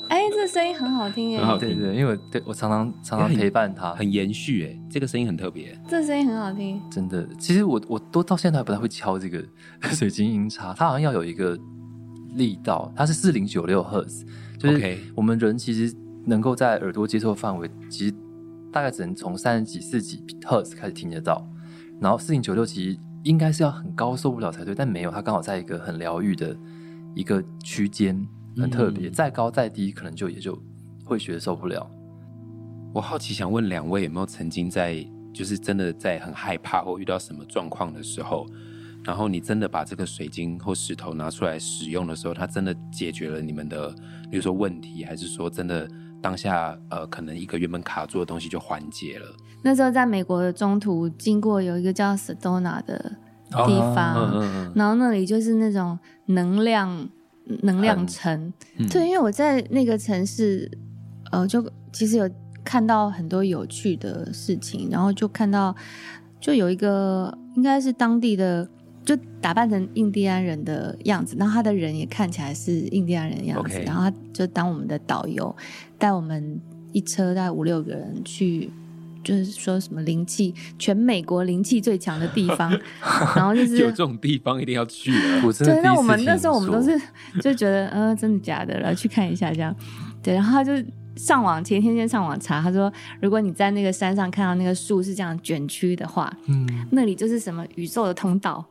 C: 哎、这声音很好听耶，
A: 很好听
B: 对对，因为我对我常常常常
A: 因为很
B: 陪伴它，
A: 很延续哎，这个声音很特别。
C: 这声音很好听。
B: 真的。其实我我都到现在还不太会敲这个 (laughs) 水晶音叉，它好像要有一个力道，它是四零九六赫兹，就是
A: OK
B: 我们人其实能够在耳朵接受的范围，其实大概只能从三十几、四十几赫兹开始听得到，然后四零九六其实应该是要很高受不了才对，但没有，它刚好在一个很疗愈的一个区间，很特别，
A: 嗯
B: 再高再低可能就也就会觉得受不了。
A: 我好奇想问两位有没有曾经在就是真的在很害怕或遇到什么状况的时候，然后你真的把这个水晶或石头拿出来使用的时候，它真的解决了你们的，比如说问题，还是说真的当下呃可能一个原本卡住的东西就缓解了？
C: 那时候在美国的中途经过有一个叫 Sedona 的地方，
B: 哦
A: 嗯 (laughs)
C: 然后那里就是那种能量能量城。
A: 嗯
C: 对，因为我在那个城市，呃，就其实有看到很多有趣的事情，然后就看到就有一个应该是当地的。就打扮成印第安人的样子，然后他的人也看起来是印第安人的样子
A: OK
C: 然后他就当我们的导游，带我们一车带五六个人去就是说什么灵气，全美国灵气最强的地方，
A: (laughs)
C: 然后就是
A: 有这种地方一定要去呃的。
B: 我真的
C: 对，
B: 第一
C: 那
B: 次
C: 我们那
B: 听
C: 时候我们都
B: 说
C: 是就觉得， (laughs) 呃，真的假的，然后去看一下这样。对，然后他就上网，前一天先上网查，他说，如果你在那个山上看到那个树是这样卷曲的话，
B: 嗯，
C: 那里就是什么宇宙的通道。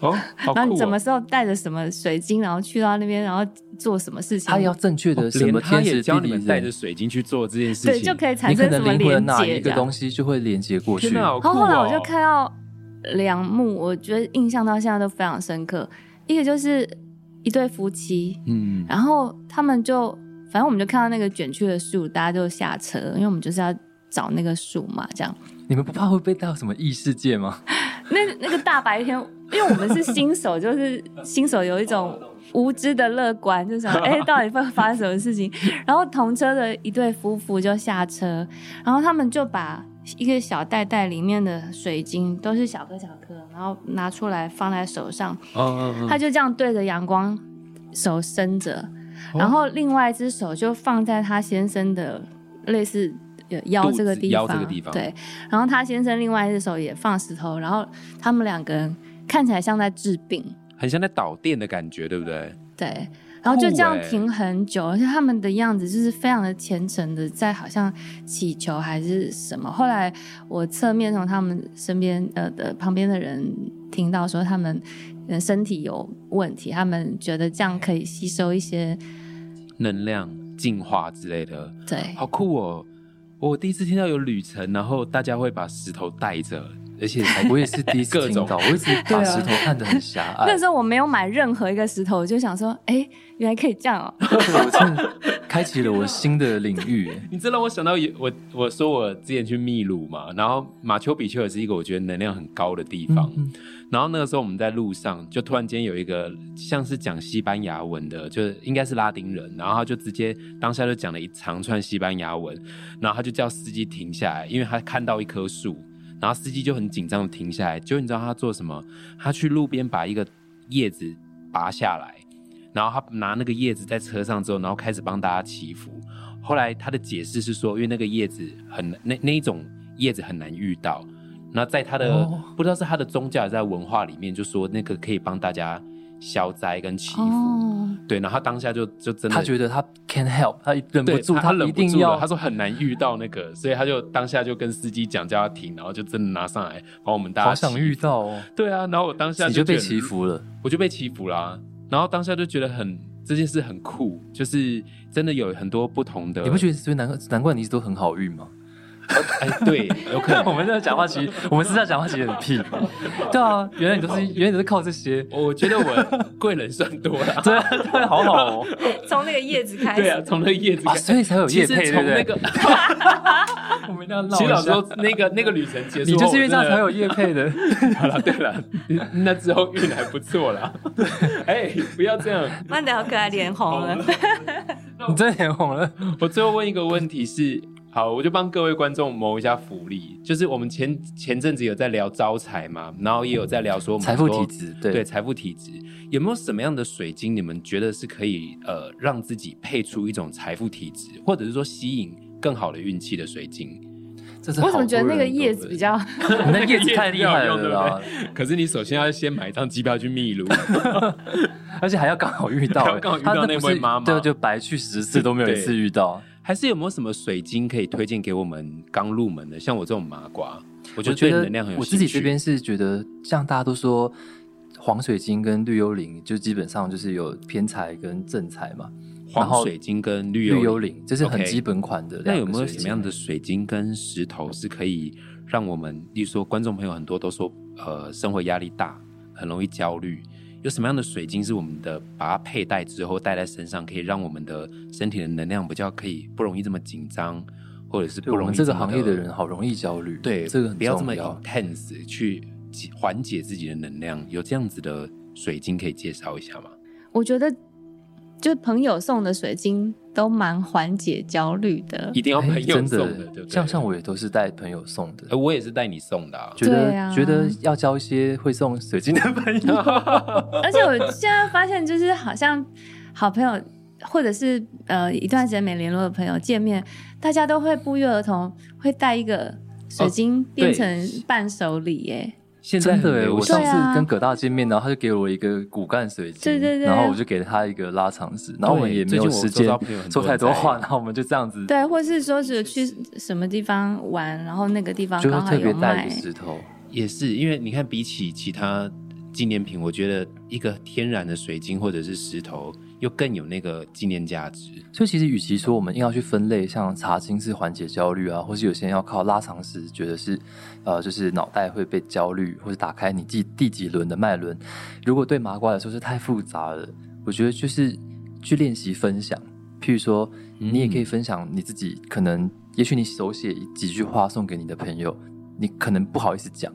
A: 哦，好
C: 然后
A: 酷
C: 你什么
A: 哦！
C: 时候带着什么水晶，然后去到那边，然后做什么事情？
B: 他要正确的什
A: 连
B: 么
A: 他
B: 天
A: 也
B: 时地
A: 教你
B: 利
A: 们带着
B: 人，
A: 水晶去做这件事情，
C: 对，就可以产
B: 你可
C: 生什
B: 能
C: 么
B: 灵魂
C: 连
B: 哪
C: 接
B: 一
C: 这
B: 个
C: 样。
B: 东西就会连接过去
A: 天。哪，好酷哦！
C: 然后后来我就看到两幕，我觉得印象到现在都非常深刻。一个就是一对夫妻，
A: 嗯，
C: 然后他们就，反正我们就看到那个卷曲的树，大家就下车，因为我们就是要找那个树嘛，这样。
B: 你们不怕会被带到什么异世界吗？
C: 那那个大白天，因为我们是新手，就是新手有一种无知的乐观，
A: (laughs)
C: 就想哎、诶到底会发生什么事情？然后同车的一对夫妇就下车，然后他们就把一个小袋袋里面的水晶都是小颗小颗，然后拿出来放在手上，
A: 嗯嗯
C: 他就这样对着阳光手伸着，
A: 哦
C: 然后另外一只手就放在他先生的类似呃腰这个地方，
A: 肚子腰这个地方
C: 对，然后他先生另外一只手也放石头，然后他们两个人看起来像在治病，
A: 嗯，很像在导电的感觉，对不对？
C: 对。然后就这样
A: 酷欸
C: 停很久，而且他们的样子就是非常的虔诚的，在好像祈求还是什么。后来我侧面从他们身边呃的旁边的人听到说，他们呃身体有问题，他们觉得这样可以吸收一些
A: 能量净化之类的，
B: 哎
C: 对
A: 好酷哦！我第一次听到有旅程，然后大家会把石头带着，而且还
B: 我也是第一
A: 各
B: 次听
A: 种
B: 到，我一直
C: 对
B: 把
C: 啊
B: 石头看得很狭隘
C: 那，时候我没有买任何一个石头，我就想说，哎、原来可以这样哦、
B: 我真的开启了我新的领域。
A: (laughs)
B: 哎
A: 你这让我想到有我我说我之前去秘鲁嘛，然后马丘比丘也是一个我觉得能量很高的地方。
B: 嗯
A: 然后那个时候我们在路上，就突然间有一个像是讲西班牙文的，就是应该是拉丁人，然后他就直接当下就讲了一长串西班牙文，然后他就叫司机停下来，因为他看到一棵树，然后司机就很紧张的停下来。结果你知道他做什么？他去路边把一个叶子拔下来，然后他拿那个叶子在车上之后，然后开始帮大家祈福。后来他的解释是说，因为那个叶子很那那一种叶子很难遇到，那在他的、
B: 哦
A: 不知道是他的宗教还是在文化里面，就说那个可以帮大家消灾跟祈福。
C: 哦，
A: 对，然后他当下就就真的
B: 他觉得他 can help，他忍不
A: 对
B: 住，
A: 他忍
B: 一
A: 不
B: 定
A: 住了，
B: 要
A: 他说很难遇到那
B: (laughs)
A: 个，所以他就当下就跟司机讲叫他停，然后就真的拿上来帮我们大家。
B: 好想遇。到哦，
A: 对啊，然后我当下
B: 你就被
A: 觉得
B: 祈，福了。
A: 我就被祈福啦、然后当下就觉得很这件事很酷，就是真的有很多不同的。
B: 你不觉得所以难怪难怪你一直都很好运吗？
A: 哎，对，有可能
B: 我们在讲话其实我们私下讲话其实很屁。 (laughs) 对啊，原来你都是原来你都是靠
A: (laughs)
B: 这些，。
A: 我觉得我贵人算多了
B: (laughs) 对啊对，好好哦
C: 从那个叶子开始，
A: 对啊，从那个叶子
B: (laughs) 哎啊，
A: 开
B: 所以才有
A: 其
B: 叶
A: 实
B: 配，对
A: 从
B: 不
A: 那
B: 对？
A: 个，
B: 我们一定要闹
A: 其实老
B: 一
A: 实
B: 下
A: 说，那个那个旅程结束后，
B: 你就是因为这样才有
A: 我
B: 叶
A: (laughs)
B: 配的。
A: 真的。好了，对了，那之后运还不错啦。 (laughs) 哎，不要这样。
C: 曼德好可爱，脸
A: (laughs)
C: 红了。
A: 啊
B: 你真的脸红了，
A: 我最后问一个问题是，好，我就帮各位观众谋一下福利，就是我们前前阵子有在聊招财嘛，然后也有在聊说我们
B: 财富
A: 说
B: 体质，对
A: 对财富体质，有没有什么样的水晶你们觉得是可以呃让自己配出一种财富体质，或者是说吸引更好的运气的水晶？
B: 这是
C: 我
B: 好
C: 怎么觉得
B: 多
C: 那个
B: 人都
C: 叶
B: 会
C: 子比较？
B: 你 (laughs) 那叶子太
A: (laughs)
B: 厉害了啦，
A: 可是你首先要先买一张机票去秘鲁，
B: 而且还要刚好遇到、
A: (laughs)
B: 欸
A: 还要刚好遇到
B: 他
A: 那
B: 不
A: 位
B: 是
A: 妈妈
B: 对，就白去十次都没有一次遇到。
A: (laughs) 还是有没有什么水晶可以推荐给我们刚入门的，像我这种麻瓜，我
B: 我
A: 觉得
B: 觉
A: 对
B: 得
A: 能量很有
B: 我
A: 兴趣。
B: 自己这边是觉得，像大家都说黄水晶跟绿幽灵，就基本上就是有偏财跟正财嘛。然
A: 黄
B: 后
A: 水晶跟绿
B: 绿
A: 幽
B: 幽
A: 灵。
B: 灵这是很
A: OK
B: 基本款的两个
A: 那有
B: 水晶。
A: 没有什么样的水晶跟石头是可以让我们，例如说观众朋友很多都说，呃，生活压力大，很容易焦虑，有什么样的水晶是我们的把它佩戴之后带在身上，可以让我们的身体的能量比较可以不容易这么紧张，或者是
B: 对
A: 不
B: 我
A: 容
B: 们
A: 易
B: 这个
A: 么
B: 行业的人好容易焦虑，
A: 对
B: 这个很
A: 不要这么
B: 重
A: intense 去缓解自己的能量，有这样子的水晶可以介绍一下吗？
C: 我觉得就朋友送的水晶都蛮缓解焦虑的
A: 一。定要
B: 哎
A: 朋友
B: 真
A: 送
B: 的
A: 的，对不对？
B: 像像我也都是带朋友送的
A: 呃，，我也是带你送的、啊，
B: 觉得、
C: 啊
B: 觉得要交一些会送水晶的朋友。
C: 而且我现在发现，就是好像好朋友或者是呃一段时间没联络的朋友见面，大家都会不约而同会带一个水晶变成
A: 对
C: 伴手礼耶、
A: 现在
B: 真
A: 很
B: 的哎，
A: 流
B: 我
A: 行
B: 上
C: 对啊
B: 次跟葛大见面，然后他就给我一个骨干水晶，
C: 对对对啊
B: 然后我就给了他一个拉长式，然后我们
A: 对
B: 也没
A: 最近
B: 有
A: 我
B: 时
A: 周
B: 间
A: 遭朋友很多
B: 说太
A: 人
B: 多
A: 在
B: 话，
A: 用
B: 然后我们就这样子，
C: 对，或是说是去什么地方玩，然后那个地方
B: 就会
C: 啊刚好
B: 特别
C: 有
B: 带一
C: 卖
B: 个，石头，
A: 也是因为你看，比起其他纪念品，我觉得一个天然的水晶或者是石头，又更有那个纪念价值。
B: 所以其实，与其说我们硬要去分类，像茶经是缓解焦虑啊，或是有些人要靠拉长时觉得是，呃，就是脑袋会被焦虑，或者打开你第第几轮的脉轮。如果对麻瓜来说是太复杂了，我觉得就是去练习分享。譬如说，你也可以分享你自己，可能也许你手写几句话送给你的朋友，你可能不好意思讲，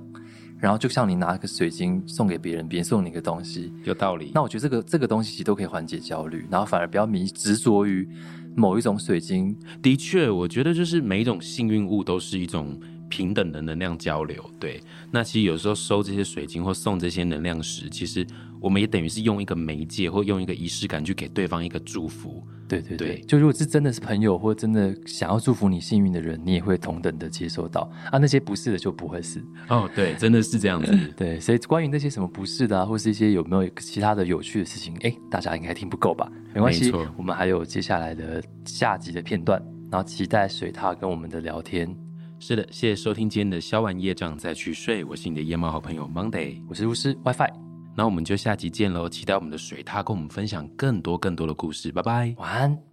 B: 然后就像你拿个水晶送给别人，别人送你一个东西，
A: 有道理。
B: 那我觉得这个这个东西其实都可以缓解焦虑，然后反而不要迷执着于某一种水晶。
A: 的确，我觉得就是每一种幸运物都是一种平等的能量交流。对，那其实有时候收这些水晶或送这些能量石，其实我们也等于是用一个媒介或用一个仪式感去给对方一个祝福。
B: 对对
A: 对
B: 就如果是真的是朋友或真的想要祝福你幸运的人，你也会同等的接收到啊。那些不是的就不会是。
A: 哦，对，真的是这样子。
B: 对，所以关于那些什么不是的啊，或是一些有没有其他的有趣的事情，哎，大家应该听不够吧？没关
A: 没
B: 系
A: 错，
B: 我们还有接下来的下集的片段，然后期待水獭跟我们的聊天。
A: (laughs) 是的，谢谢收听今天的消完业障再去睡，我是你的夜猫好朋友 Monday。
B: 我是巫师 WiFi，
A: 那我们就下集见喽！期待我们的水獭跟我们分享更多更多的故事，拜拜。
B: 晚安。